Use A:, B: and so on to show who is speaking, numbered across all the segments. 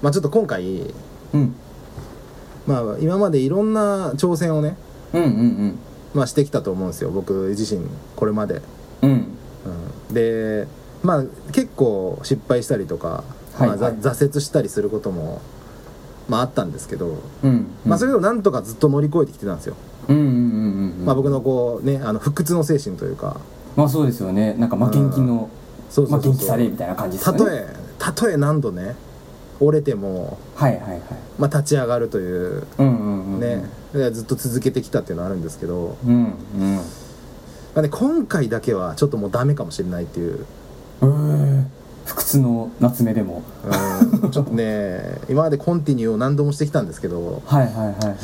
A: まあちょっと今回、
B: うん
A: まあ今までいろんな挑戦をね、
B: うんうん
A: まあしてきたと思うんですよ、僕自身、これまで。
B: うんうん
A: うん、で、まあ結構失敗したりとか、
B: はい
A: まあざ
B: はい
A: 挫折したりすることも、まああったんですけど、
B: うん
A: まあそれをなんとかずっと乗り越えてきてたんですよ。
B: うんうんうんうんうん
A: まあ僕のこうね、あの不屈の精神というか、
B: まあそうですよねなんか負けん気の
A: そう
B: ま
A: そ
B: あ
A: うそう
B: 元気
A: そ
B: さ
A: う。
B: れみたいな感じです
A: た
B: よ
A: と
B: ね
A: え、たとえ何度ね、折れても、
B: はいはいはい
A: まあ立ち上がるという
B: うんうんうんうん
A: ね、でずっと続けてきたっていうのはあるんですけど、
B: うん
A: まあね、今回だけはちょっともうダメかもしれないっていう、
B: うんええ不屈の夏目でも
A: うんちょっとね今までコンティニューを何度もしてきたんですけど
B: はいはいはいはい
A: ちょっ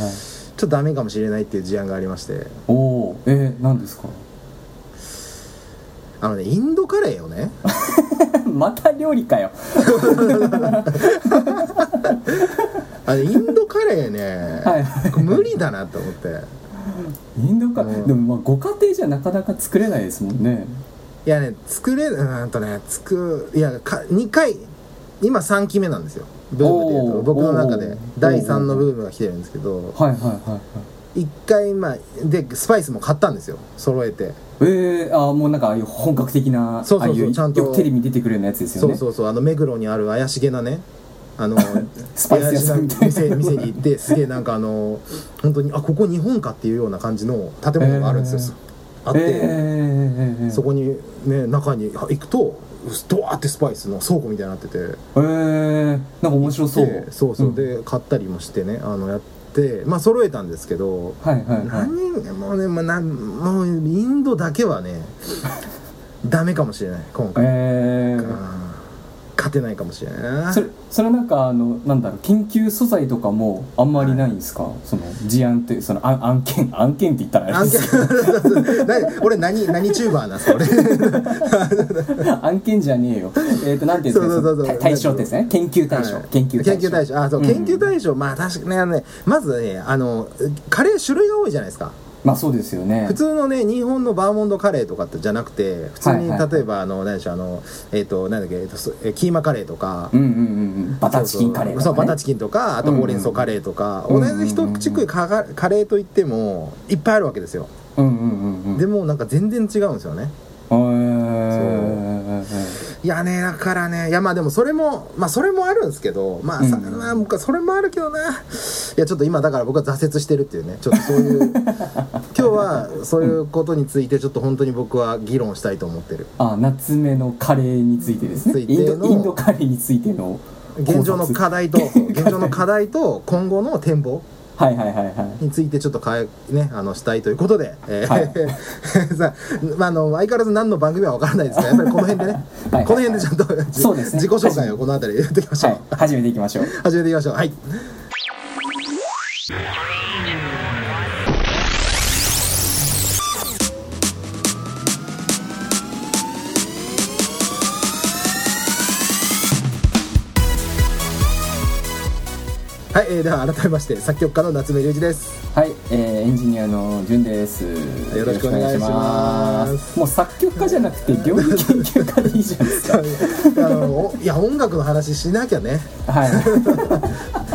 A: とダメかもしれないっていう事案がありまして
B: おおえー、何ですか
A: あのねインドカレーをね
B: また料理かよ
A: あのインドカレーね、
B: はいはい
A: これ無理だなと思って
B: インドカレー、
A: うん
B: でもまあご家庭じゃなかなか作れないですもんね
A: いやね作れうーんとね作いやか2回今3期目なんですよブームでいう
B: お
A: と
B: ー
A: 僕の中
B: お
A: で
B: ー
A: 第3のブームが来てるんですけど
B: はいはいはいはい
A: 1回まあでスパイスも買ったんですよ揃えて。
B: えー、あーもうなんかああいう本格的な
A: そうそうそう
B: ああいう
A: ちゃんと
B: よくテレビに出てくるようなやつですよ
A: そ
B: ね
A: うそうそうあの目黒にある怪しげなねあの
B: スパイス屋さんみたい
A: 怪
B: な
A: しげ店店に行ってすげえなんかあの本当にあここ日本かっていうような感じの建物があるんですよ、あって、
B: えー、えー、
A: そ
B: こ
A: こにね中に行くとドワーってスパイスの倉庫みたいになってて
B: えー、なんか面白そう
A: でそうそう、
B: ん
A: で買ったりもしてねあのやってまあ揃えたんですけど、
B: はいはいはい
A: 何もうね、まあ、なんもうインドだけは ねダメかもしれない今
B: え
A: 回、
B: ー、
A: あー勝てないかもしれないな
B: それそれなんかあのなんだろう研究素材とかもあんまりないんですか、その事案っていうその案案件案件って言ったらあ
A: 案
B: れで
A: 件
B: すけど
A: な俺何何チューバーなんすか俺
B: 案件じゃねえよえっ、となんていうんですか
A: そうそうそうそう
B: の対対象ですね研究対象、
A: はい
B: 研究対
A: 研
B: 象
A: 究対象あそう、
B: うん
A: 研究対象まあ確かにあのねまずねあのカレー種類が多いじゃないですか
B: まあそうですよね
A: 普通のね日本のバーモントカレーとかってじゃなくて普通に
B: はいはい
A: 例えばあの何でしょうあのえっとなんだっけえっとそえキーマカレーとか
B: うんうんうんうんバターチキンカレーとか、ね、
A: そうバターチキンとかあと
B: うんうん
A: ほうれん草カレーとか
B: うんう
A: 同
B: んうん
A: じ一口食いカガカレーといってもいっぱいあるわけですよ
B: うんうんうんうん
A: でもなんか全然違うんですよね
B: えー
A: いやねだからねいやまあでもそれもまあそれもあるんですけどまあさ、
B: うん
A: まあ僕はそれもあるけどないやちょっと今だから僕は挫折してるっていうねちょっとそういう 今日はそういうことについてちょっと本当に僕は議論したいと思ってる
B: あ夏目のカレーについてですね
A: つい
B: イ
A: て
B: ン
A: の
B: ドインドカレーについての
A: 現状の課題とそう現状の課題と今後の展望
B: はいはいはいはい
A: についてちょっとかえねあのしたいということで、えー
B: はい
A: さまああの相変わらず何の番組は分からないですがやっぱりこの辺でね
B: はい
A: この辺でちゃんとじ
B: そうですね
A: 自己紹介をこの辺りで言っていきましょう、
B: はい始めていきましょう
A: 始めていきましょうはいはい、えー、では改めまして作曲家の夏目隆二です
B: はい、えーエンジニアのじゅんです
A: よろしくお願いします
B: よろしくお願いしまもう作曲家じゃなくて料理研究家でいいじゃないですか
A: あのおいや音楽の話しなきゃね
B: は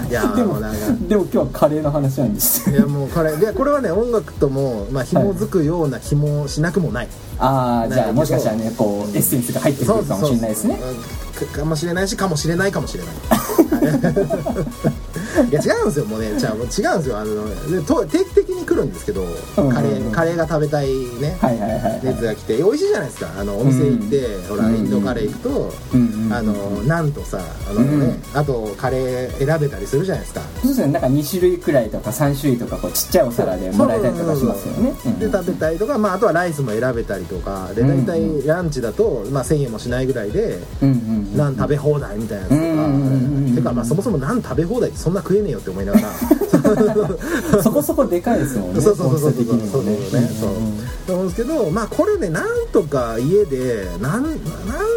B: い
A: やー
B: いで
A: もうなんか
B: もでも今日はカレーの話なんです
A: い
B: よ
A: やもうこれいやこれはね音楽ともまあ紐づくような紐しなくもない、
B: ああじゃあもしかしたらねこうエッセンスが入ってくるかもしれないですね
A: うんかかもしれないしかもしれないかもしれないい や違うんですよもうねじゃあもう違うんですよあのでと定期的に来るんですけど、
B: うんうん
A: カレーカレーが食べたいね、
B: はいはいはいはい
A: やつが来て美味しいじゃないですかあのお店行って、ほら
B: うん
A: インドカレー行くと、
B: うんうん
A: あのなんとさあの、ね
B: うん
A: あとカレー選べたりするじゃないですか
B: そうですね、なんか2種類くらいとか3種類とかこうちっちゃいお皿でもらえたりとかします
A: そ
B: よね
A: うそうそうそうで食べたりとか、まあ、あとはライスも選べたりとかで
B: うんう
A: 大
B: ん
A: 体ランチだと、まあ、1000円もしないぐらいで
B: うんうんうん
A: ナン食べ放題みたいなやつと
B: うんうんうんうんう
A: か
B: ん
A: てかまあそもそもナン食べ放題ってそんな食えねえよって思いながらそう
B: そこそこでかいですもんね
A: そうそうそうそうそうそうそうそう
B: 大きさ的にもねうんうん
A: そう思うんですけどまあこれねなんとか家でなんなん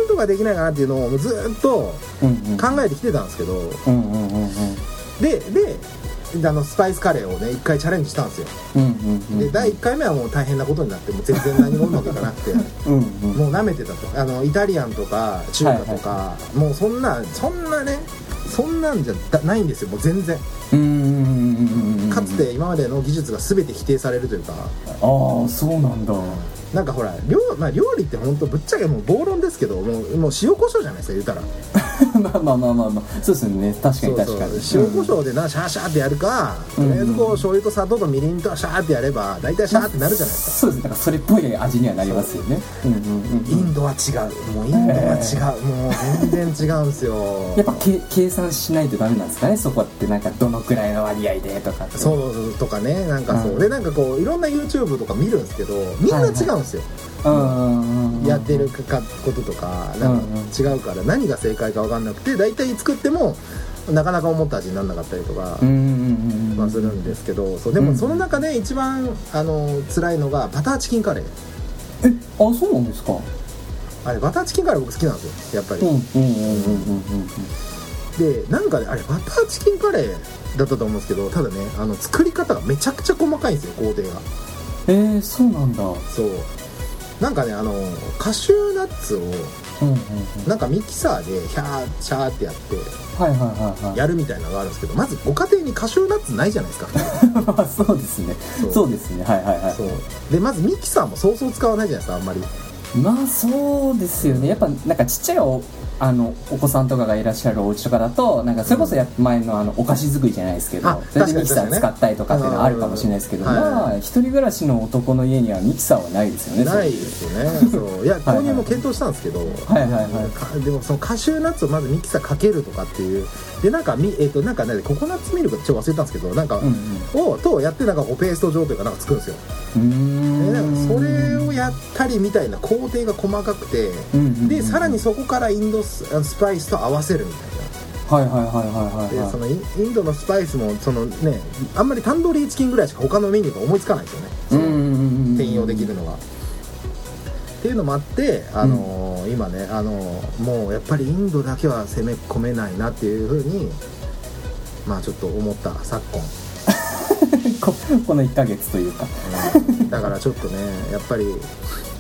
A: とかできないかなっていうのをもうずっと
B: うんうん
A: 考えてきてたんですけど
B: うんうんうんうん
A: でであのスパイスカレーをね一回チャレンジしたんですよ
B: うんうん
A: で第1回目はもう大変なことになってもう全然何もうまくいかなくて
B: うんうん
A: もう舐めてたとあのイタリアンとか中華とか、もうそんなそんなねそんなんじゃだないんですよもう全然
B: うんうんうんうんうん
A: かつて今までの技術が全て否定されるというか
B: ああそうなんだ
A: なんかほら料,、まあ、料理って本当ぶっちゃけもう暴論ですけどもうもう塩コショウじゃないですか言うたら
B: まあまあまあまあ、まあ、そうですね確かに確かに
A: そうそう塩コショウでなシャーシャーってやるか、とりあえずこう醤油と砂糖とみりんとシャーってやれば大体シャーってなるじゃないですか、
B: そうですねだからそれっぽい味にはなりますよねうんうんうん
A: インドは違うもうインドは違う、もう全然違うんです よ
B: やっぱけ計算しないとダメなんですかねそこってなんかどのくらいの割合でとかって
A: そうとかねなんかそう、
B: うん
A: でなんかこういろんな YouTube とか見るんですけどみんな違うんですよ、
B: うんうんうん
A: やってるかこととかなんか違うから何が正解か分かんなくて大体作ってもなかなか思った味にならなかったりとか
B: うんうんうんうん
A: はするんですけどそうでもその中で一番あの辛いのがバターチキンカレー
B: えあそうなんですか
A: あれバターチキンカレー僕好きなんですよやっぱ
B: うんう
A: り
B: んうんうんうんうん
A: でなんかねあれバターチキンカレーだったと思うんですけどただねあの作り方がめちゃくちゃ細かいんですよ工程が
B: えー、そうなんだうん
A: そうなんかねあのカシューナッツを
B: うんうん
A: なんかミキサーでヒャーシャーってやって
B: はいはいはいはい
A: やるみたいなのがあるんですけどまずご家庭にカシューナッツないじゃないですか
B: まあ そうですね
A: そう
B: そうですねはいはいはい
A: そうでまずミキサーもそうそう使わないじゃないですかあんまり
B: まあそうですよねやっぱなんかちっちゃいおあのお子さんとかがいらっしゃるお家とかだとなんかそれこそやっぱ前のあのお菓子作りじゃないですけど
A: あ
B: それ
A: 確か
B: で
A: に
B: ミキサ
A: 確か
B: ー
A: にね
B: 使ったりとかっていうのはあるかもしれないですけど
A: うんうんうんはい
B: まあ一人暮らしの男の家にはミキサーはないですよね
A: ない
B: そう
A: で
B: う
A: すよねそういや
B: はい
A: 購入も検討したんですけど
B: はいはいはい
A: かでもそのカシューナッツをまずミキサーかけるとかっていうでなんかみえっ、となんかねココナッツミルクちょっと忘れたんですけどなんか、
B: うん
A: をとやってなんかこうペースト状というかなんか作るんですよ
B: うん
A: で
B: う
A: なんか
B: ーん
A: それをやったりみたいな工程が細かくて
B: うんうんうん
A: でさらにそこからインドスあのスパイスと合わせるみたいな
B: はいはいはいはい
A: で
B: はい
A: そ
B: はい
A: のインインドのスパイスもそのねあんまりタンドリーチキンぐらいしか他のメニューが思いつかないんですよねその
B: ん
A: 転用できるのが。っていうのもあって、あのー今ね、あのーもうやっぱりインドだけは攻め込めないなっていうふうにまあちょっと思った昨 今、
B: ここの1ヶ月というか
A: うんだからちょっとねやっぱり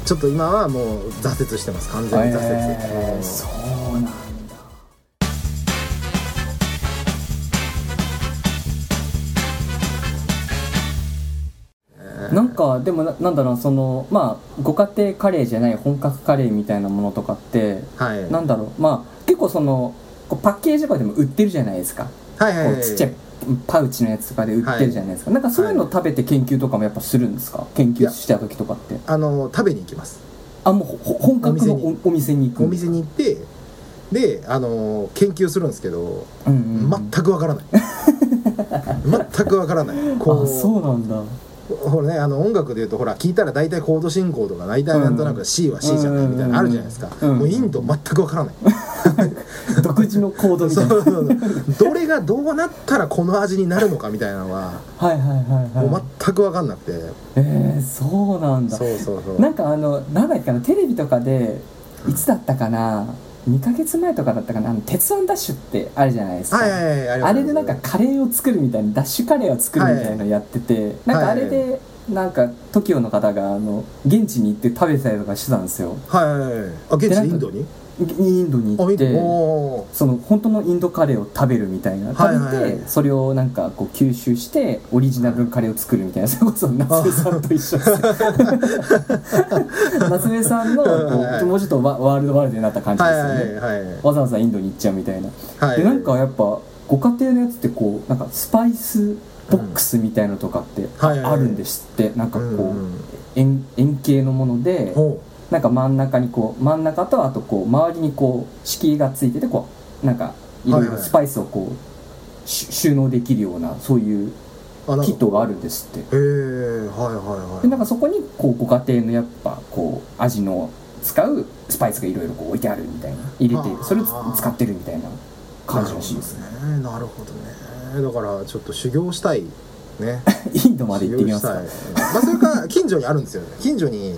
A: ちょっと今はもう挫折してます完全に挫折、
B: え
A: う
B: ー
A: ん
B: そうなんだなんかでもななんだろうそのまあご家庭カレーじゃない本格カレーみたいなものとかって
A: はいはい
B: なんだろうまあ結構そのこうパッケージとかでも売ってるじゃないですか
A: はいはい
B: こうちっちゃいパウチのやつとかで売ってるじゃないですか、なんかそういうの食べて研究とかもやっぱするんですか研究した時とかって
A: あのー食べに行きます
B: あもうほ本格のおお店に行く
A: お店に行ってであのー研究するんですけど
B: うんうんうん、
A: 全くわ からない全くわからないこ
B: あそうなんだ
A: ほらねあの音楽でいうとほら聞いたら大体コード進行とか大体なんとな
B: う
A: く
B: ん
A: C は C じゃないみたいなのあるじゃないですか、
B: うん
A: もうインド全くわからない、
B: 独自の行動みた
A: そ
B: いな
A: うそうそうどれがどうなったらこの味になるのかみたいなのは
B: はいはいはい
A: も
B: はいう
A: 全くわかんなくて、
B: えー、そうなんだ
A: そうそうそう
B: なんかあのなんだっけかなテレビとかでいつだったかな2ヶ月前とかだったかなあの鉄腕ダッシュってあるじゃないですか、
A: はいはいはい
B: あれでなんかカレーを作るみたいなダッシュカレーを作るみたいなのやってて、なんかあれ
A: はい
B: でなんか TOKIO の方があの現地に行って食べてたりとかしてたんですよ
A: はいはいはいあ現地でインドに
B: インドに
A: あ
B: 行っ
A: インド
B: て
A: おー
B: その本当のインドカレーを食べるみたいな
A: はい
B: 食
A: はいはい
B: べてそれをなんかこう吸収してオリジナルカレーを作るみたいなそ れこそ夏目さんと 一緒ですよ夏目さんのこ
A: はいはいう
B: もうちょっとワワールドワールドになった感じで
A: は
B: す
A: い
B: よ
A: は
B: ね
A: いはい
B: わざわざインドに行っちゃうみたいな
A: はい
B: でなんかやっぱご家庭のやつってこうなんかスパイスボックスみたいのとかって
A: はいはい
B: あるんですってなんかこ
A: うんう
B: うん円円形のもので
A: ほ
B: なんか真ん中にこう真ん中とあとこう周りにこう敷居がついててこうなんかいろい
A: はい
B: ろ
A: はい
B: スパイスをこうし収納できるようなそういう
A: うあなん
B: キ
A: か
B: ットがあるんですって
A: へえはいはいはい
B: でなんかそこにこうご家庭のやっぱこう味の使うスパイスがいろいろこう置いてあるみたいな入れてい
A: あー
B: るそれをつ使ってるみたいな感じらしいですね
A: なるほどねだからちょっと修行したいね
B: インド まで行ってみます
A: 修
B: か
A: 行したいまあそれか近所にあるんですよね 近所に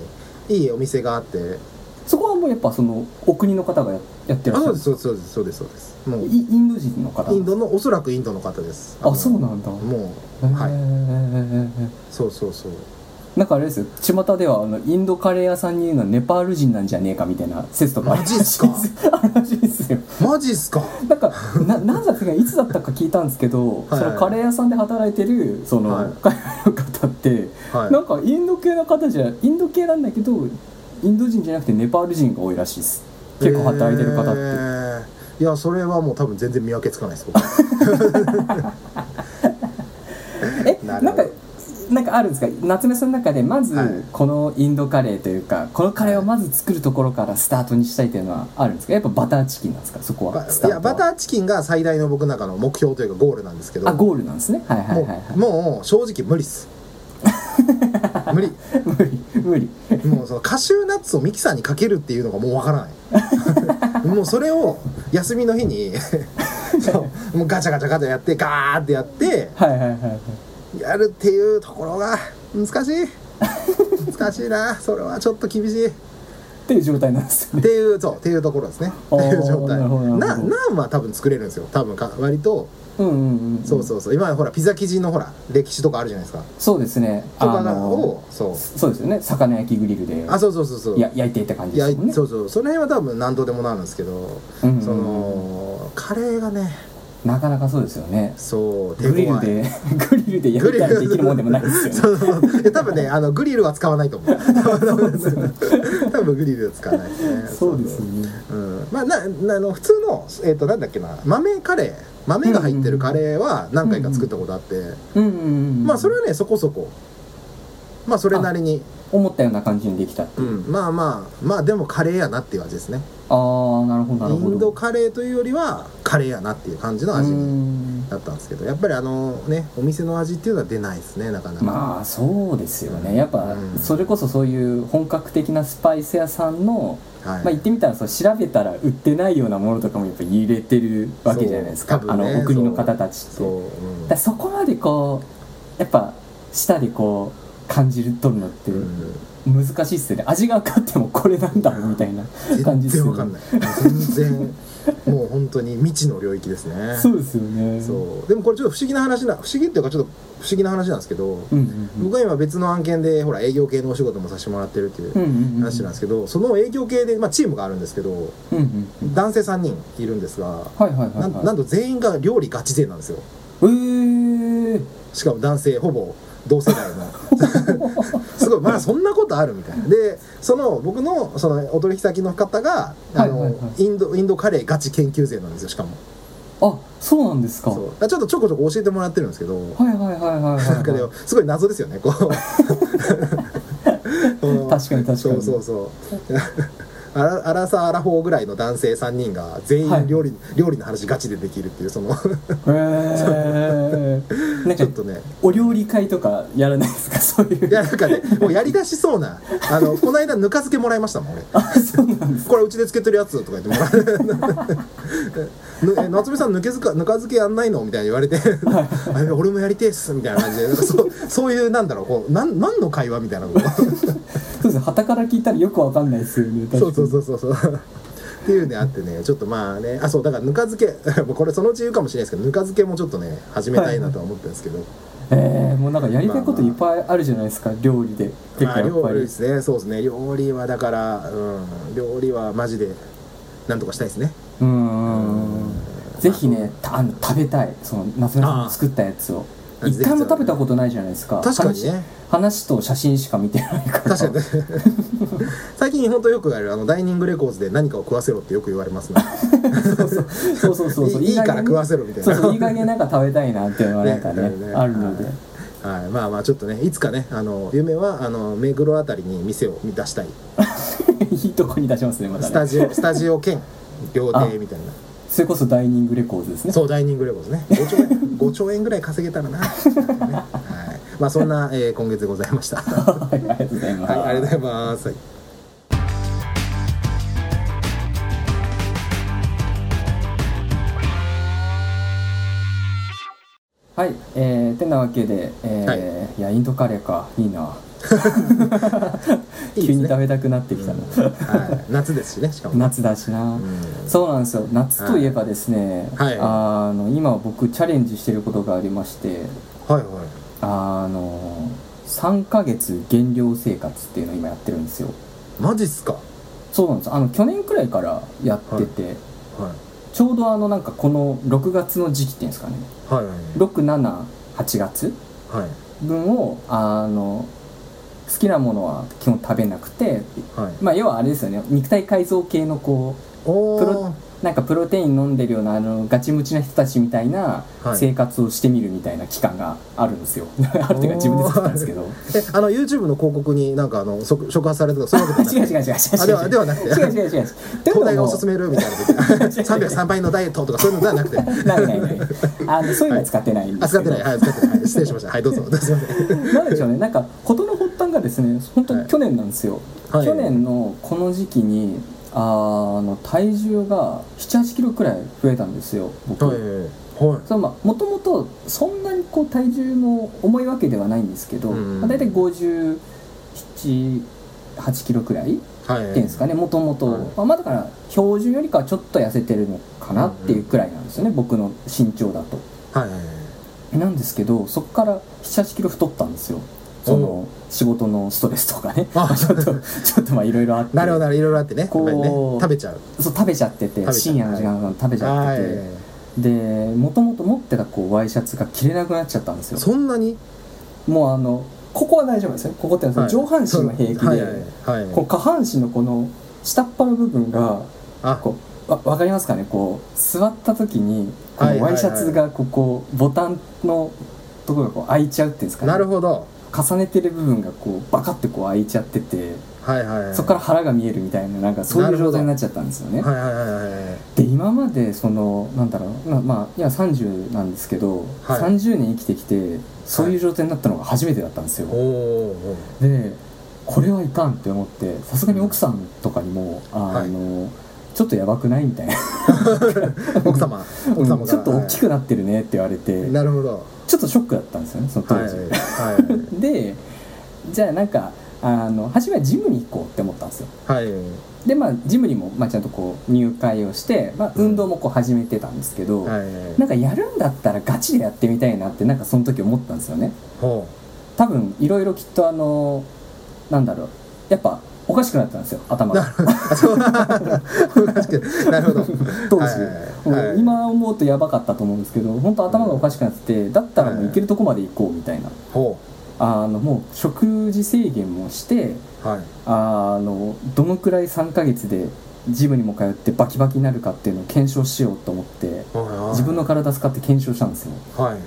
A: いいお店があって
B: そこはもうやっぱそのお国の方がややって
A: あ
B: らっし
A: そ
B: ゃ
A: うで
B: る
A: すそうですそうですそうですもう
B: イインド人の方
A: インドのおそらくインドの方です
B: あそう
A: の
B: なんだ
A: もう
B: へー
A: はいそうそうそう
B: なんかあれですよ巷ではあのインドカレー屋さんにいるのはネパール人なんじゃねえかみたいな説とかある
A: マジっすか
B: あるらしいですよ
A: マジっすか
B: なんかな何だったかいつだったか聞いたんですけど、
A: はい
B: そのカレー屋さんで働いてるその、
A: はい
B: 海外の方って、
A: はい
B: なんかインド系の方じゃインド系なんだけどインド人じゃなくてネパール人が多いらしいです結構働いてる方って、
A: えーいやそれはもう多分全然見分けつかないです僕
B: え
A: な
B: な
A: るほ
B: ん
A: ど
B: かなんかあるんですか夏目さんの中でまず
A: はい
B: このインドカレーというかこのカレーをまず作るところからスタートにしたいというのはあるんですかやっぱバターチキンなんですかそこは
A: ば
B: ス
A: い
B: タート
A: や
B: は
A: バターチキンが最大の僕の中の目標というかゴールなんですけど
B: あゴールなんですねはいはいはいはい
A: もうもう正直無理っす無理
B: 無理無理
A: もうそのカシューナッツをミキサーにかけるっていうのがもうわからない もうそれを休みの日に そうもうガチャガチャガチャやってガーってやって
B: はいはいはいはい
A: やるっていうところが難しい難しいなそれはちょっと厳しいっ
B: っていう状態なんですよね
A: ていうそうっていうところです ねって
B: あー
A: いう状態
B: なるほどな
A: な
B: るほど
A: ナンは多分作れるんですよ多分か割と
B: うんうんうん
A: そうそうそう今ほらピザ生地のほら歴史とかあるじゃないですか
B: そうですね
A: とか
B: あ
A: を
B: の
A: そう
B: そうですよね魚焼きグリルで
A: あそうそうそうそう
B: や焼いていった感じ
A: い
B: で
A: や
B: すもんね
A: そうそうその辺は多分何度でもなるんですけど、
B: うんうんうん
A: そのカレーがね
B: なかなかそうですよね
A: そう
B: グリルでグリルで焼いたりできるもんでもないですよね
A: そうそうそうえ多分ねあのグリルは使わないと思う多分グリルは使わないですね
B: そうですね
A: うん、まあななあの普通の、えー、となんだっけな豆カレー豆が入ってるカレーは何回か作ったことあって、
B: うんうんうん
A: まあそれはねそこそこまあそれなりに、
B: 思ったような感じにできたあ
A: うん、まあまあまあでもカレーやなっていう味ですね
B: あーなるほどな
A: イ
B: るほど
A: ンドカレーというよりはカレーやなっていう感じの味にだったんですけどやっぱりあのねお店の味っていうのは出ないですねなかな
B: う
A: か、
B: んまあそうですよねやっぱ
A: うん
B: それこそそういう本格的なスパイス屋さんの
A: はい
B: まあ言ってみたらそう調べたら売ってないようなものとかもやっぱ入れてるわけじゃないですか
A: そう多
B: あ
A: 分ね
B: のお国の方たちって
A: そう、うん
B: だからそこまでこうやっぱ舌でこう感じるとるのって
A: うん
B: 難しいっすよね味が分かってもこれなんだろうみたいな感じ
A: 全
B: っす
A: 然
B: よね
A: わかんない全然もう本当に未知の領域ですね
B: そうですよね
A: そうでもこれちょっと不思議な話な不思議っていうかちょっと不思議な話なんですけど、
B: うんうんうん
A: 僕は今別の案件でほら営業系のお仕事もさせてもらってるっていう
B: うんうんうん
A: 話なんですけど、その営業系で、まあ、チームがあるんですけど
B: うんうんうん
A: 男性3人いるんですが、
B: はいはいはい
A: な
B: は
A: ん
B: い
A: なんと全員が料理ガチ勢なんですよ
B: えー、
A: しかも男性ほぼ同世代の すごいまあそんなことあるみたいなでその僕のそのお取引先の方があの、
B: はいはいは
A: インドインドカレーガチ研究生なんですよしかも
B: あそうなんですか
A: そうだからちょっとちょこちょこ教えてもらってるんですけど、
B: はいはいはいはいはい、
A: なんかね
B: はい、
A: すごい謎ですよねこうこの
B: 確かに確かに
A: そうそうそうアラアラサー・アラフォーぐらいの男性3人が全
B: は
A: 員
B: い
A: 料理,、料理の話ガチでできるっていうその
B: えー、なん
A: ち
B: か
A: ょっとね
B: お料理会とかやらないですか そうい
A: いや
B: う
A: なんかねもうやりだしそうなあのこの間ぬか漬けもらいましたもん俺
B: あそうなんです
A: これうちで漬けてるやつとか言ってもらうぬえ夏目さんぬけずかぬか漬けやんないのみたいに言われてあれ俺もやりてえっすみたいな感じでなんかそうそういうなんだろうこうなん何の会話みたいなこと
B: そうですねはから聞いたらよくわかんないですよね確かに
A: そうそうそうそうそうっていうねあってねちょっとまあねあそうだからぬか漬け もうこれそのうち言うかもしれないですけどぬか漬けもちょっとね始めたいなとは思ってるんですけど、
B: えー、もうなんかやりたいこといっぱいあるじゃないですか料理で結構
A: まあ
B: やっ
A: 料
B: ぱ
A: 理
B: り、
A: ですねそうですね料理はだから、うん、料理はマジでなんとかしたいですね
B: うんうんぜひねたあの食べたいその夏目さんの作ったやつを
A: あー
B: 一回も食べたことないじゃないですか
A: 確かにね
B: 話話と写真しか見てないから
A: 確かに 最近本当よく言われるあのダイニングレコーズで何かを食わせろってよく言われます ね
B: そうそうそうそう
A: いいいい
B: 加減
A: から食わせろみたいな
B: そうそういい加減なんか食べたいなっていうのはなんかね
A: ねねね
B: あるので
A: はいまあまあちょっとねいつかねあの夢はあの目黒あたりに店を出したい
B: いいとこに出しますねま
A: スタ
B: たね
A: ジオスタジオ兼料亭みたいな
B: それこそダイニングレコーズですね
A: そうダイニングレコーズね5兆円 5兆円ぐらい稼げたらな、はい、まあそんな、えー今月でございましたは
B: はいありがとうございます、
A: いありがとうございます、はい
B: はいえー、てなわけで、えー、
A: はい
B: やインドカレーかいいな
A: い
B: い
A: で
B: 急
A: す
B: に
A: ね
B: 食べたくなってきたの、
A: はい、夏ですしねしかもね
B: 夏だしな、
A: ん
B: そうなんですよ夏といえばですね、
A: はい
B: あの今僕チャレンジしてることがありまして
A: はいはい
B: あの3ヶ月減量生活っていうのを今やってるんですよ
A: マジっすか
B: そうなんですあの去年くらいからやってて、
A: は
B: ちょうどあのなんかこの6月の時期っていうんですかね
A: いはいはい
B: 678月
A: はい
B: 分をあの好きなものは基本食べなくて
A: はい
B: まあ要はあれですよね肉体改造系のこ
A: お
B: プロ
A: ー
B: うなんかプロテイン飲んでるようなあのガチムチな人たちみたいな
A: はい
B: 生活をしてみるみたいな期間があるんですよ、 あるっていうか自分で作ったんですけど
A: えあの YouTube の広告になんかあの触触発されたとかそういうわけじ
B: 違う
A: ゃ
B: 違
A: なく
B: う
A: て
B: 違
A: あではではなくて
B: う違う違う違う違う違う 違う違う違うっていう
A: 東
B: の
A: 大がお
B: も
A: すすめるみたいな時303倍のダイエットとかそういうのではなくて
B: ないないないあのそういうのは使ってないんで
A: あ
B: す
A: 使
B: け
A: って
B: ど
A: ないはい使ってないはい失礼しましたはいどうぞすいません
B: なんでしょうねなんか事の発端がですね本当に去年なんですよ、
A: はい
B: 去年のこの時期にあーあの体重が7 8キロくらい増えたんですよ僕、
A: はいはい
B: そのまあもともとそんなにこう体重も重いわけではないんですけど、
A: うん
B: まあ、大体5 7 8キロくらい
A: はい
B: っていうんですかねもとも
A: はい
B: とまあだから標準よりかはちょっと痩せてるのかなっていうくらいなんですよね、僕の身長だと
A: はいはい
B: なんですけどそこから7 8キロ太ったんですよそ
A: お
B: の仕事のストレスと かね
A: あ
B: ちょっとちょっとまあいろいろあって
A: なるほどなるほどいろいろあってねやっぱ
B: こう
A: りね食べちゃう
B: そう食べちゃってて
A: 食べちゃう
B: 深夜の時間食べちゃっ
A: は
B: てて、
A: い
B: でもともと持ってたこうワイシャツが着れなくなっちゃったんですよ
A: そんなに
B: もうあのここは大丈夫ですよここってのは
A: はい
B: その上半身は平気で、
A: はいはいは
B: こう
A: い
B: 下半身のこの下っ端の部分が
A: あ
B: こうわわかりますかねこう座った時にこ
A: はい
B: の
A: はいはい
B: ワイシャツがここボタンのところがこう開いちゃうっていうんですかね
A: なるほど
B: 重ねてる部分がこうバカってこう開いちゃってて
A: はいはいはい
B: そこから腹が見えるみたいななんかそうい
A: なる
B: う
A: ほど
B: 状態になっちゃったんですよね
A: はいはいはいはいはい
B: で今までそのなんだろうまあまあ今30なんですけど、
A: はい
B: 30年生きてきてそういう状態になったのが初めてだったんですよ、
A: おお
B: でこれはいかんって思ってさすがに奥さんとかにもあの、ちょっとやばくないみたいな
A: 奥様
B: う
A: 奥様
B: ん
A: が
B: ちょっと大き
A: は
B: くなってるねって言われて、
A: いなるほど
B: ちょっとショックだったんですよねその当
A: はい
B: 時、
A: は
B: でじゃあなんかあの初めはジムに行こうって思ったんですよ
A: いはい
B: でまあジムにも、まあ、ちゃんとこう入会をして、まあ、運動もこう始めてたんですけど、
A: はいはい
B: なんかやるんだったらガチでやってみたいなってなんかその時思ったんですよね
A: ほ
B: 多分いろいろきっとあのなんだろうやっぱおかしくなったんですよ頭
A: うな
B: が
A: るほどあそう 確かになるほど
B: 当時、
A: はいはい
B: もう今思うとやばかったと思うんですけど本当頭がおかしくなっててだったらもう行けるとこまで行こうみたいな
A: ほ
B: あのもう食事制限もして
A: うはい
B: あのどのくらい3ヶ月でジムにも通ってバキバキになるかっていうのを検証しようと思って
A: はいはい
B: 自分の体使って検証したんですよ
A: はい
B: っ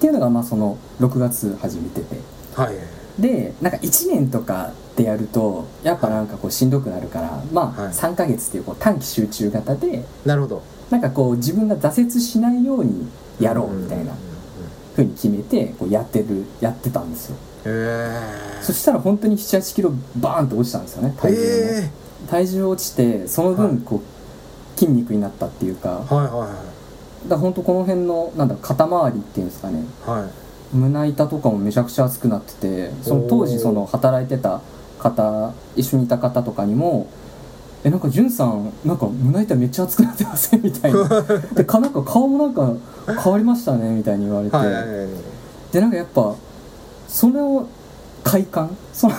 B: ていうのがまあその6月始めてて
A: はい
B: でなんか1年とかでやるとやっぱなんかこうしんどくなるからま
A: はい
B: あ3ヶ月っていうこう短期集中型で
A: なるほど
B: なんかこう自分が挫折しないようにやろうみたいなん
A: んんうん
B: ふうに決めてこうやってるやってたんですよ
A: へえ
B: そしたら本当に7 8キロバーンと落ちたんですよね体重がね、
A: え
B: 体重落ちてその
A: はい
B: 分こう、筋肉になったっていうかだ
A: ー
B: か
A: はいは
B: ら本当この辺のなんだろう肩周りっていうんですかね
A: いはいはい
B: 胸板とかもめちゃくちゃ熱くなっててそ
A: お
B: の
A: ー
B: 当時その働いてた方一緒にいた方とかにも「えなんかんさんなんか胸板めっちゃ熱くなってません」みた いなでかなんか顔もなんか変わりましたねみたいに言われて、
A: はいはいはい
B: でなんかやっぱそれを快感 その
A: は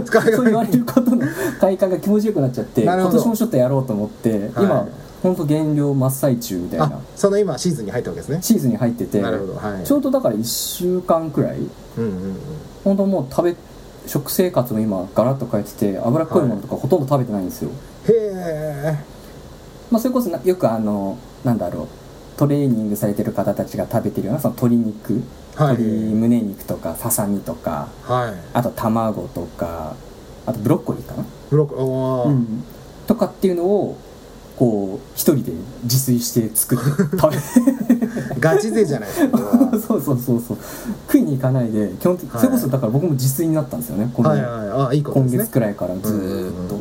A: い使い
B: そう言われることの快感が気持ちよくなっちゃって
A: なるほ
B: 今
A: ど
B: 年もちょっとやろうと思って、今ほんと減量真っ最中みたい
A: あ
B: な
A: その今シーズンに入ったわけですね
B: シーズンに入ってて
A: なるほどはい
B: ちょうどだから1週間くらい
A: うんうんうん
B: ほんともう食べ食生活も今ガラッと変えてて脂っこいものとかほとんど食べてないんですよ、
A: へえ
B: まあ、それこそなよくあのなんだろうトレーニングされてる方たちが食べてるようなその鶏肉
A: はい
B: 鶏胸肉とかささみとか
A: はい
B: あと卵とかあとブロッコリーかな
A: ブロッコおー
B: うん、とかっていうのをこう一人で自炊して作って 食
A: ガチ勢じゃないですかこれ
B: べ
A: は
B: そうそうそうそう食いに行かないで基本的、
A: はい
B: それこそだから僕も自炊になったんですよねこ の、
A: はいはいあいいことで
B: 今
A: すね
B: 月くらいからずーっと、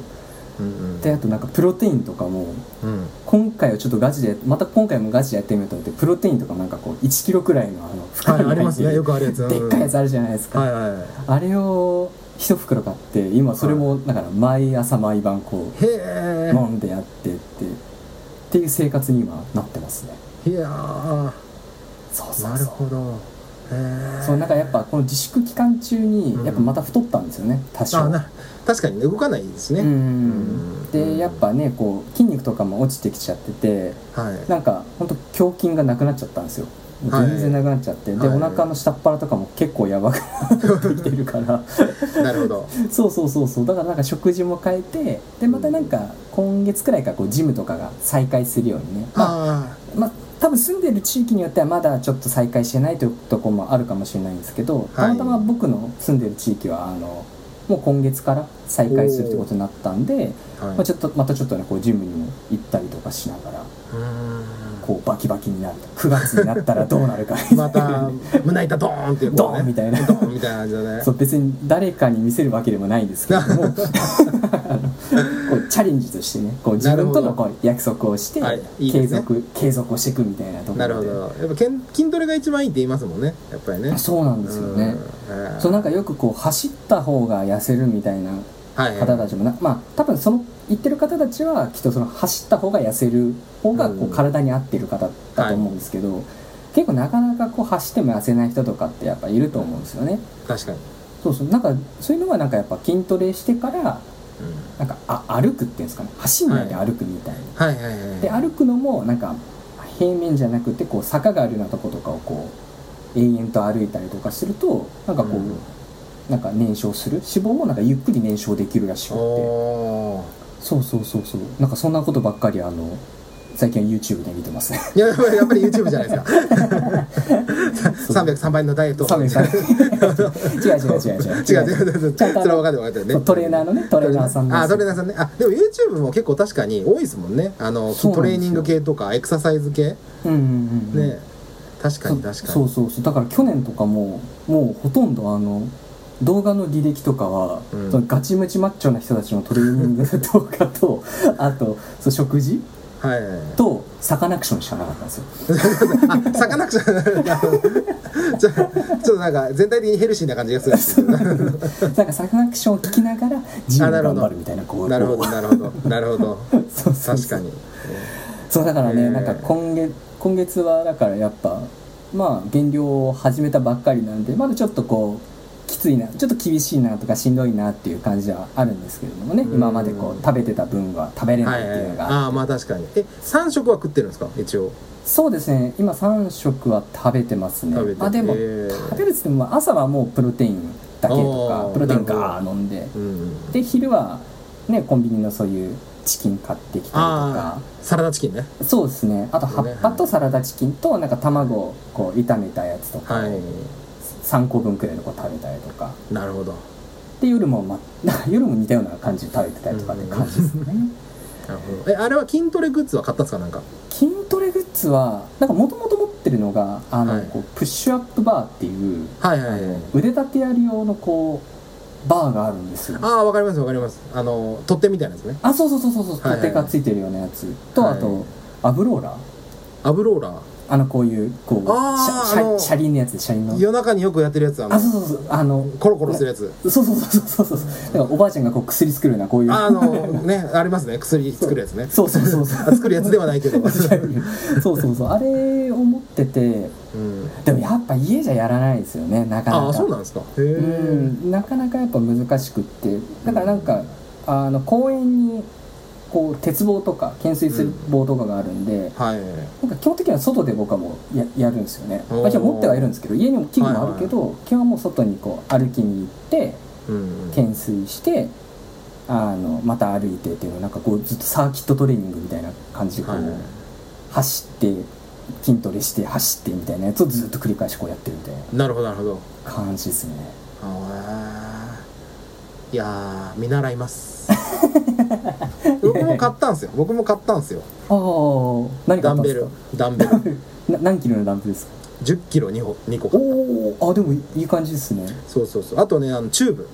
A: うんうんうん
B: であとなんかプロテインとかも
A: うん
B: 今回はちょっとガチでまた今回もガチでやってみようと思ってプロテインとかもなんかこう1キロくらいのあの
A: は
B: 袋
A: い
B: に
A: あり
B: 入
A: ま
B: っ
A: す
B: てる
A: ねよくあるやつうん
B: でっかいやつあるじゃないですか、
A: はいはいは
B: あれを一袋買って今それもだから毎朝毎晩こう
A: いへえ
B: 飲んでやってってっていう生活に今なってますね
A: いやー
B: そうそうそう
A: なるほどへ
B: そうなんかやっぱこの自粛期間中に
A: うん
B: やっぱまた太ったんですよね多
A: あ
B: 少
A: な確かにね動かないですね、
B: うん
A: うん
B: でやっぱねこう筋肉とかも落ちてきちゃってて
A: はい
B: なんかほんと胸筋がなくなっちゃったんですよ
A: はい
B: 全然なくなっちゃって、で
A: はい
B: お腹の下っ腹とかも結構やばくなってきてるから
A: なるほど
B: そうそうそうそうだからなんか食事も変えてでまたなんか今月くらいからこうジムとかが再開するようにね まあ
A: あ
B: まあ、多分住んでる地域によってはまだちょっと再開してないというところもあるかもしれないんですけど、たまたま僕の住んでる地域はあのもう今月から再開するってことになったんで、
A: あ、はい
B: まあ、ちょっとまたちょっとねこうジムにも行ったりとかしながら
A: うーん
B: こうバキバキになる9月になったらどうなるかみ た
A: ま
B: いな
A: た胸板ドーンっていうこ
B: ドーンみたいな
A: ドーンみたいな感じだね
B: そう別に誰かに見せるわけでもないんですけ れどもあのこうチャレンジとしてねこう自分
A: な
B: と
A: る
B: の
A: ほ
B: こう約束をして
A: はいいいで
B: 継
A: すね
B: 続、継続をしていくみたいなところで
A: なるほどやっぱけん筋トレが一番いいって言いますもんねやっぱりね
B: そうなんですよね、
A: うん
B: そうなんかよくこう走った方が痩せるみたいな
A: はい
B: 方たちもな、まあ多分その言ってる方たちはきっとその走った方が痩せる方がこ
A: うん
B: う体に合ってる方だと思うんですけど、結構なかなかこう走っても痩せない人とかってやっぱいると思うんですよね。
A: 確かに、
B: そうそうなんかそういうのはなんかやっぱ筋トレしてから
A: うん
B: なんかあ歩くっていうんですかね走んないで歩くみたいな。
A: はいはいはい
B: で歩くのもなんか平面じゃなくてこう坂があるようなとことかをこう延々と歩いたりとかするとなんかこう、
A: うん
B: なんか燃焼する脂肪もなんかゆっくり燃焼できるらしくって
A: おー
B: そうそうそうそうなんかそんなことばっかりあの最近は YouTube で見てますね
A: いややっぱりやっぱり YouTube じゃない ですか303倍のダイエット
B: サ メさん違う違う違う違う
A: 違う違う違う違うそ
B: ちゃんとあの
A: れは分かってる分かってる
B: そ
A: ね
B: うトレーナーのねトレーナーさんの
A: あトレーナーさんねあでも YouTube も結構確かに多いですもんねあの
B: そう
A: ト
B: なんですよ
A: レーニング系とかエクササイズ系
B: うんうんうんうん
A: ね確かに確か
B: そう
A: に
B: そうそうだから去年とかももうほとんどあの動画の履歴とかは、
A: うん
B: そのガチムチマッチョな人たちのトレーニングの動画 とあとそう食事
A: はいはいはい
B: とサカナクションしかなかった んですよ
A: あサカナクション ちょちょっとなんか全体的にヘルシーな感じがするんですけど
B: なんかサカナクションを聞きながらジム
A: あ
B: を
A: なるほ
B: 頑
A: ど
B: 張るみたいなこう
A: なるほ
B: こ
A: どなるほどなるほど
B: うそうそう
A: 確
B: そ
A: か
B: う
A: に
B: そうだからね、
A: えー
B: なんか今月今月はだからやっぱまあ減量を始めたばっかりなんでまだちょっとこうきついなちょっと厳しいなとかしんどいなっていう感じはあるんですけれどもね
A: うん
B: 今までこう食べてた分は食べれな
A: はいい
B: って
A: はい
B: いうのが、
A: ああまあ確かにえ三3食は食ってるんですか一応
B: そうですね今3食は食べてますね
A: 食べて
B: あでも、
A: えー
B: 食べるっつってもまあ朝はもうプロテインだけと
A: あ
B: か
A: ー
B: プロテイン
A: なるほど
B: ガー飲んで
A: うん
B: で昼はねコンビニのそういうチキン買ってきたりと
A: あ
B: か
A: あサラダチキンね
B: そうですねあと葉っぱとサラダチキンとなんか卵をこう炒めたやつとか
A: はい
B: 3個分くらいのこう食べたりとか
A: なるほど
B: で夜も、ま、 夜も似たような感じで食べてたりとかって感じですね
A: なるほどえあれは筋トレグッズは買ったんですかなんか
B: 筋トレグッズはなんかもともと持ってるのがあの、
A: はい
B: こうプッシュアップバーっていう
A: はいはいはい
B: 腕立てやり用のこうバーがあるんですよ
A: ああわかりますわかりますあの取っ手みたいなやつね
B: あそうそうそうそうそう
A: はいはい
B: 取っ手がついてるようなやつと、
A: はい
B: あとアブローラー
A: アブローラ
B: あのこういうこう
A: あー
B: シャシ
A: あの
B: ャ車輪のやつ車輪の
A: ー夜中によくやってるやつあ
B: あ
A: の
B: そうそうそうあの
A: コロコロするやつ
B: そうそうそうそうそうそう。なんかおばあちゃんがこう薬作るようなこういう。
A: あのねありますね薬作るやつね
B: そうそうそうそう。
A: あ作るやつではないけど
B: そうそうそう。あれを持ってて、
A: うん
B: でもやっぱ家じゃやらないですよね。なかなか。
A: ああそうなんですかへ
B: う
A: え
B: ん。なかなかやっぱ難しくって、だからなんか、あの公園に。こう鉄棒とか懸垂する棒とかがあるんで、
A: はい
B: なんか基本的には外で僕はもうややるんですよね、
A: おー
B: まあ、一応持ってはいるんですけど家にも器具もあるけど、基本はもう外にこう歩きに行って
A: うん
B: 懸垂してあのまた歩いてっていうのなんかこうずっとサーキットトレーニングみたいな感じでこう、
A: はいはい
B: 走って筋トレして走ってみたいなやつをずっと繰り返しこうやってるみたいな
A: なるほどなるほど
B: 感じですね
A: あーいやー見習います 僕も買ったんですよ僕も買ったんですよ
B: ああ何買
A: ダ
B: っ
A: ン
B: たん
A: ベ
B: です
A: ル
B: か
A: ダンベル
B: な何キロのダンプですか
A: 1 0キロ2個2個買った
B: おおあでもいいい感じですね
A: そうそうそうあとねあのチューブ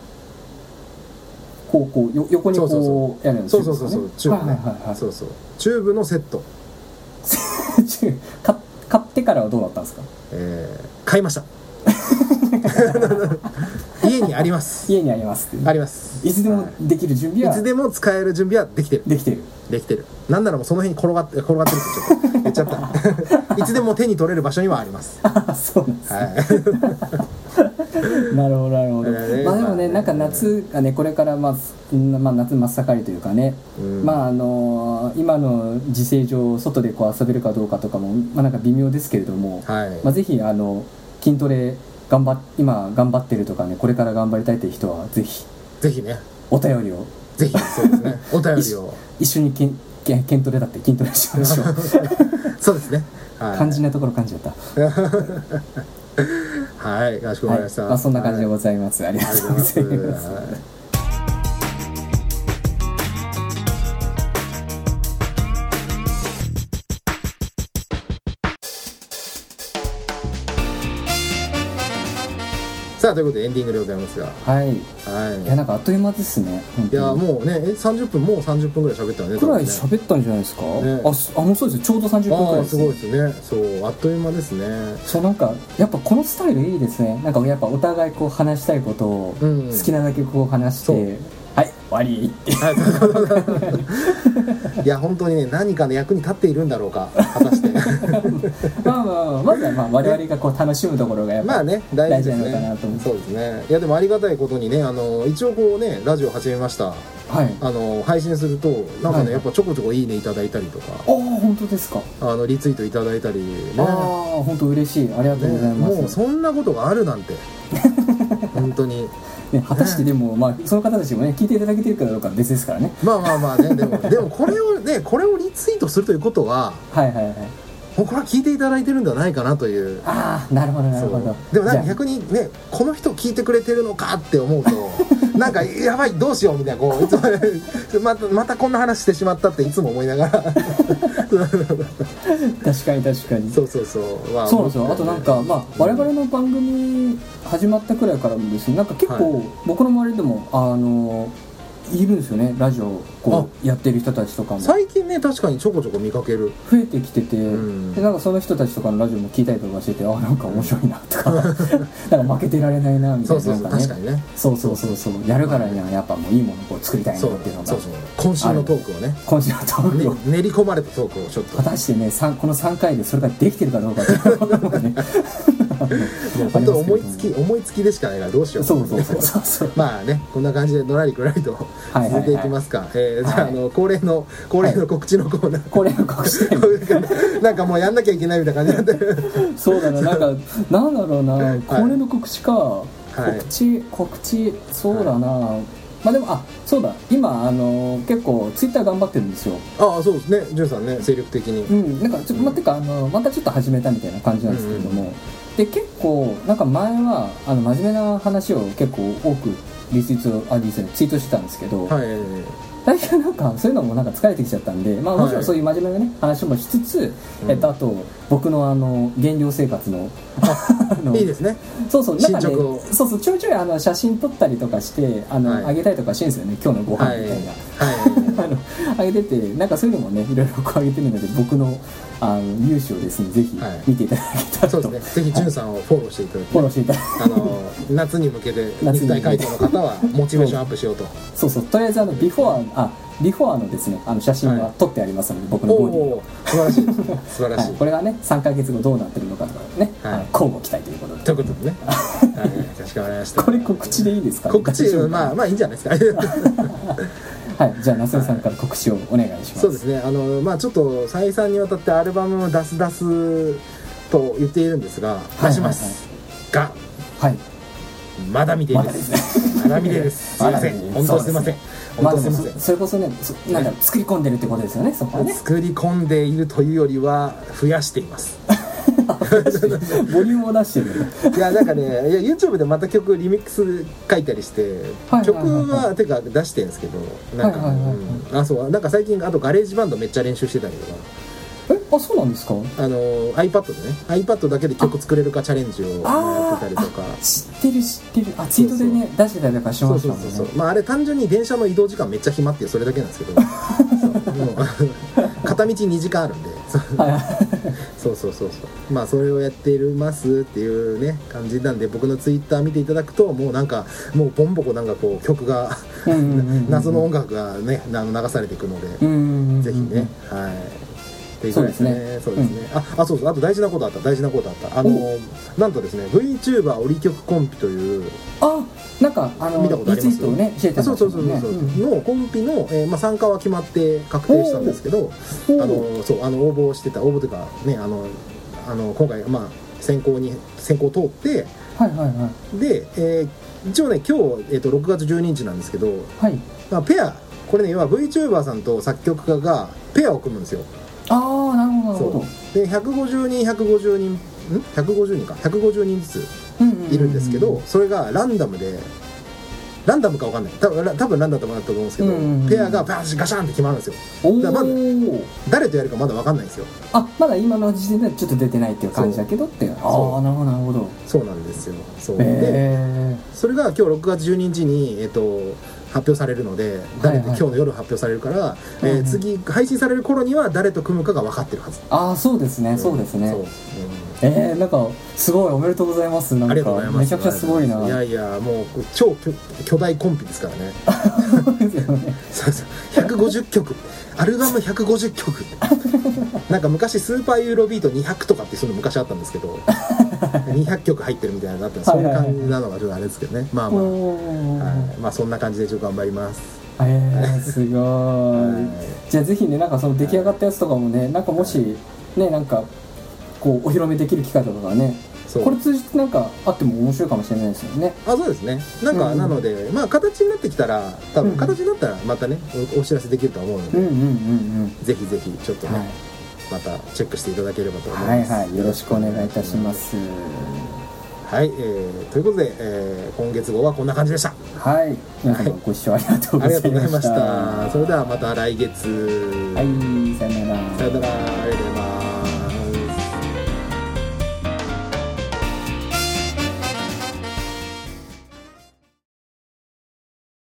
B: こうこうよ横に
A: そうそう
B: こうやるんです
A: そう
B: よ
A: そうそうそうチューブ
B: はい
A: ね
B: はいはいはい
A: そうそうチューブのセット、
B: チューブ買っ買ってからはどうだったんですか
A: えー買いま した家にあります
B: 家にありますって
A: あります
B: いつでも
A: は
B: できる準
A: い
B: 備
A: い
B: は
A: つでも使える準備はできてる
B: できてる
A: できてるなんならもうその辺に転がって転がってるってちょっと言っちゃ ったいつでも手に取れる場所にはありますは
B: あそうなんです、
A: い
B: なるほどなるほど、
A: だからね
B: まあでもね
A: ま
B: な
A: あね
B: んか夏がねこれから、まあすうんまあ、夏真っ盛りというかね、
A: うん
B: まああのー今の時勢上外でこう遊べるかどうかとかも、まあ、なんか微妙ですけれども、
A: はい、
B: まあ、ぜひあの筋トレ頑張っ今頑張ってるとかねこれから頑張りたいという人はぜひ
A: ぜひね
B: お便りを
A: ぜひそうです ねお便りを
B: 一緒にけんけん筋トレだって筋トレしま しょう
A: そうですねはい
B: 肝心なところ感じだっ
A: はいよろしく
B: た、
A: お願
B: はい
A: いします、
B: まあ、そんな感じでございます、ありが
A: ありが
B: と
A: と
B: う
A: う
B: ご
A: ご
B: ざ
A: ざ
B: い
A: い
B: ま
A: ますす。さあということでエンディングでございますが、
B: はいいや
A: は
B: なんかあっという間ですね本
A: い。いや
B: 当に
A: もうね、え30分もう30分ぐらい喋ったよね。
B: くら
A: 多分
B: い
A: ね
B: 喋ったんじゃないですか、
A: ね
B: あすあもうそうですちょうど30分くら
A: あ
B: い
A: あ
B: ですす,、
A: ごいですね。そうあっという間ですね。
B: そうなんかやっぱこのスタイルいいですねなんかやっぱお互いこう話したいことを
A: う
B: 好
A: ん。
B: きなだけこう話して、
A: そう
B: はい終わり って
A: はいそうそうそうそう。いや本当にね何かの役に立っているんだろうか果たして。
B: まあまあまあまずはまあ我々がこう楽しむところがやっぱ
A: まあね大事です
B: 大事なのかなと思
A: ね
B: って
A: そうですねいやでもありがたいことにねあの一応こうねラジオ始めました
B: はいあ
A: あの配信するとなんかね、
B: はい
A: やっぱちょこちょこいいねいただいたりとか
B: あ本当ですか、
A: あのリツイートいただいたりね
B: ああ本当嬉しいありがとうござい
A: ね
B: ます、
A: もうそんなことがあるなんて本当に
B: ね、果たしてでも、まあ、その方たちもね聞いていただけてるかどうかは別ですからね
A: まあまあまあねでもでもこれをねこれをリツイートするということは
B: はいはいはい
A: もうこれは聞いていただいてるんじゃないかなという
B: ああなるほどな
A: そ
B: る
A: う
B: ほど
A: でもなんか
B: じゃあ
A: 逆にねこの人聞いてくれてるのかって思うと なんかやばいどうしようみたいなこういつも またまたこんな話してしまったっていつも思いなが ら
B: 確かに確かに
A: そうそうそう、ま
B: そうなんですよあとなんか、まあ、我々
A: の
B: の番組始まったくらいからもですねなんか結構僕の周りでも、あのいるんですよねラジオこうやってる人たちとかも増
A: 最近ね確かにちょこちょこ見かける
B: えてきてて、
A: ん
B: でなんかその人たちとかのラジオも聞いたりとかしててあなんか面白いな とかなんか負けてられないなみた
A: そ
B: いうな
A: そう
B: なん
A: そう、
B: かね
A: 確かにね
B: そうそうそうそうやるからにはやっぱもういいものをこう作りたいな
A: そ
B: っ
A: う
B: ていうのが
A: そうそう今週のトークをね
B: 今週のトークを
A: ね練り込まれたトークをちょっと
B: 果たしてねさんこの3回でそれができてるかどうかっていうのがね
A: もう本当思いつき思いつきでしかないからどうしよう
B: そうそうそうそうそう
A: まあねこんな感じでのらりくらりと
B: いはい
A: 続いていきますか、えーじゃあ,、
B: はい
A: あの恒例の恒例の告知のコーナー、
B: これを隠して
A: こういう感じなんかもうやんなきゃいけないみたいな感じになってる
B: そうだな、なんか、なんだろうな、これの告知か、
A: い
B: 告知、告知、そうだな、まあでも、あそうだ、今、あの結構、ツイッター頑張ってるんですよ。
A: ああそうですねジュンさんね精力的に、
B: うん、なんか、ちょっと、まあ、てか、あのまたちょっと始めたみたいな感じなんですけれども、で、結構、なんか前は、あの真面目な話を結構多く、リツイート、あ、リツイート、ツイートしてたんですけど、
A: はい
B: 大体なんかそういうのもなんか疲れてきちゃったんで、まあ、
A: はい
B: もちろんそういう真面目な、ね、話もしつつ、
A: うん
B: えっと、あと僕のあの減量生活のあの
A: いいですね
B: そうそうなんか
A: 進
B: ね
A: 捗を
B: そうそうちょいちょいあの写真撮ったりとかしてあの、
A: はい
B: あげたりとかしてるんですよね今日のご
A: は
B: 飯
A: い
B: みたい
A: は
B: な、あのあげててなんかそういうのもねいろいろこうあげてるので僕のあの勇姿をですねぜひ
A: はい
B: 見ていただけた
A: い
B: ら
A: そ
B: と、
A: うですねぜひジュンさんをフォローしていただい
B: フォ
A: て
B: ローしていただ
A: あの夏に向けて
B: 夏
A: 肉
B: に向
A: 体
B: けて
A: 改造の方はモチベーションアップし ようと
B: そうそうとりあえずあのビフォーあビフォーのですねあの写真
A: は
B: はい撮ってありますので、僕のボディを
A: おお素晴らしい素晴ら
B: は
A: し
B: い、
A: い、
B: これがね3ヶ月後どうなってるのかとかね、
A: はい
B: あの交互期待ということ
A: とい
B: で
A: うことでね、はい、かしこまりました
B: これ告知でいいですか、ね、
A: 告知
B: 大丈夫かな
A: まあまあいいんじゃないですか
B: はいじゃあ夏目さんから告知をお願いします
A: そうですねあのまあちょっと再三にわたってアルバムを出す出すと言っているんですが
B: い
A: 出します、が
B: はい
A: まだ見ていいで
B: まだです
A: まだ見ていですすい
B: ま
A: ま
B: だ
A: せ
B: 見てい
A: ん
B: い
A: 本当す いません
B: ま
A: 本当
B: あです
A: い
B: も
A: ません
B: そそれこそねそなんだろう作り込んでるってことですよねそこは ね
A: 作り込んでいるというよりは増やしています
B: ボリュームを出してる
A: いやなんかねいや YouTube でまた曲リミックス書いたりして、
B: はいはいはい
A: 曲はてか出してるんですけどなんか、
B: はいはいはいはい
A: うんあそうなんか最近あとガレージバンドめっちゃ練習してたりとか
B: えあそうなんですか
A: あの iPad でね iPad だけで曲作れるかチャレンジをやっ
B: あ
A: てた
B: ー
A: り
B: あ
A: とか
B: 知ってる知ってるあツイートでね出してたりとかし
A: そ
B: ま
A: う
B: した
A: そ
B: も
A: うんそう
B: ね
A: そうまああれ単純に電 車の移動時間めっちゃ暇っていうそれだけなんですけどそうもう片道2時間あるんで
B: はいはい
A: そうそうそうそうまあそれをやっていますっていうね感じなんで僕のツイッター見ていただくともうなんかもうボンボコなんかこう曲が
B: うんうんうんうん
A: 謎の音楽がねあの流されていくので、
B: うんうんうん
A: ぜひねはいっていうぐらいそ
B: そうう
A: で
B: ですす
A: ね
B: ね
A: ああそうそうあと大事なことあった大事なことあったあのなんとですね VTuber 折り曲コンピという
B: あなんかあの
A: 見たことあり
B: リ
A: ます
B: ツイートをねしてた
A: そうそうそうそう、のコンピの、えーまあ、参加は決まって確定したんですけどあ
B: あの
A: のそうあの応募してた応募というかねあのあの今回まあ選考に選考通って
B: はいはいはい
A: で、えー一応ね今日、えー、と6月12日なんですけど、
B: はい
A: まあ、ペアこれね要は VTuber さんと作曲家がペアを組むんですよ
B: ああなるほどなるほど
A: そうで150人150人ん150人か150人ずつ
B: うんううう
A: いるんですけど、それがランダムでランダムかわかんない多分ラ多分ランダムだと思うんですけど、
B: うんうんうん
A: ペアがバシガシャンって決まるんですよ
B: お
A: だからま
B: お
A: 誰とやるかまだわかんないんですよ
B: あまだ今の時点ではちょっと出てないっていう感じだけどっていう
A: そう
B: ああなるほどなるほど
A: そうなんですよそうで
B: へ
A: それが今日6月12日に、えっと発表されるので誰と、
B: はいは
A: 今
B: い
A: 日の夜発表されるから、えー
B: うんうん
A: 次配信される頃には誰と組むかが分かってるはず、
B: えああそうですねそうですね
A: そううん
B: えー、なんかすごいおめでとうございますなん
A: ありがとうござい
B: か
A: ます
B: めちゃくちゃすごいない
A: やいやもう超巨巨大コンピですからね
B: そうですよね
A: そうそう150曲アルバム150曲なんか昔スーパーユーロビート200とかってそういうの昔あったんですけど200曲入ってるみたいなのがあったんでそういう感じなのがちょっとあれですけどねまあまあ、
B: おー
A: はい、まあそんな感じでちょっと頑張ります。
B: えー、すごい
A: は
B: じゃあぜひねなんかその出来上がったやつとかもねなんかもしねなんかこうお披露目できる機会とかがね
A: そう
B: これ通じてなんかあっても面白いかもしれないですよね
A: あそうですねなんか、
B: うん
A: なのでまあ形になってきたら多
B: う
A: 分
B: ん
A: 形になったらまたねおお知らせできると思うの
B: う
A: で、
B: んうんうん
A: ぜひぜひちょっと
B: うん
A: ね、
B: はい
A: またチェックしていただければと思い
B: はい
A: ます
B: はいよろしくお願いいたします
A: はい、えー、ということで、えー今月号はこんな感じでした
B: はい皆様ご視聴ありがとう
A: あ
B: ご
A: り
B: ざ
A: がと
B: いう
A: ござ
B: ま
A: いま
B: し
A: したたそれではまた来月
B: はいさよなら
A: さよならありがとうございます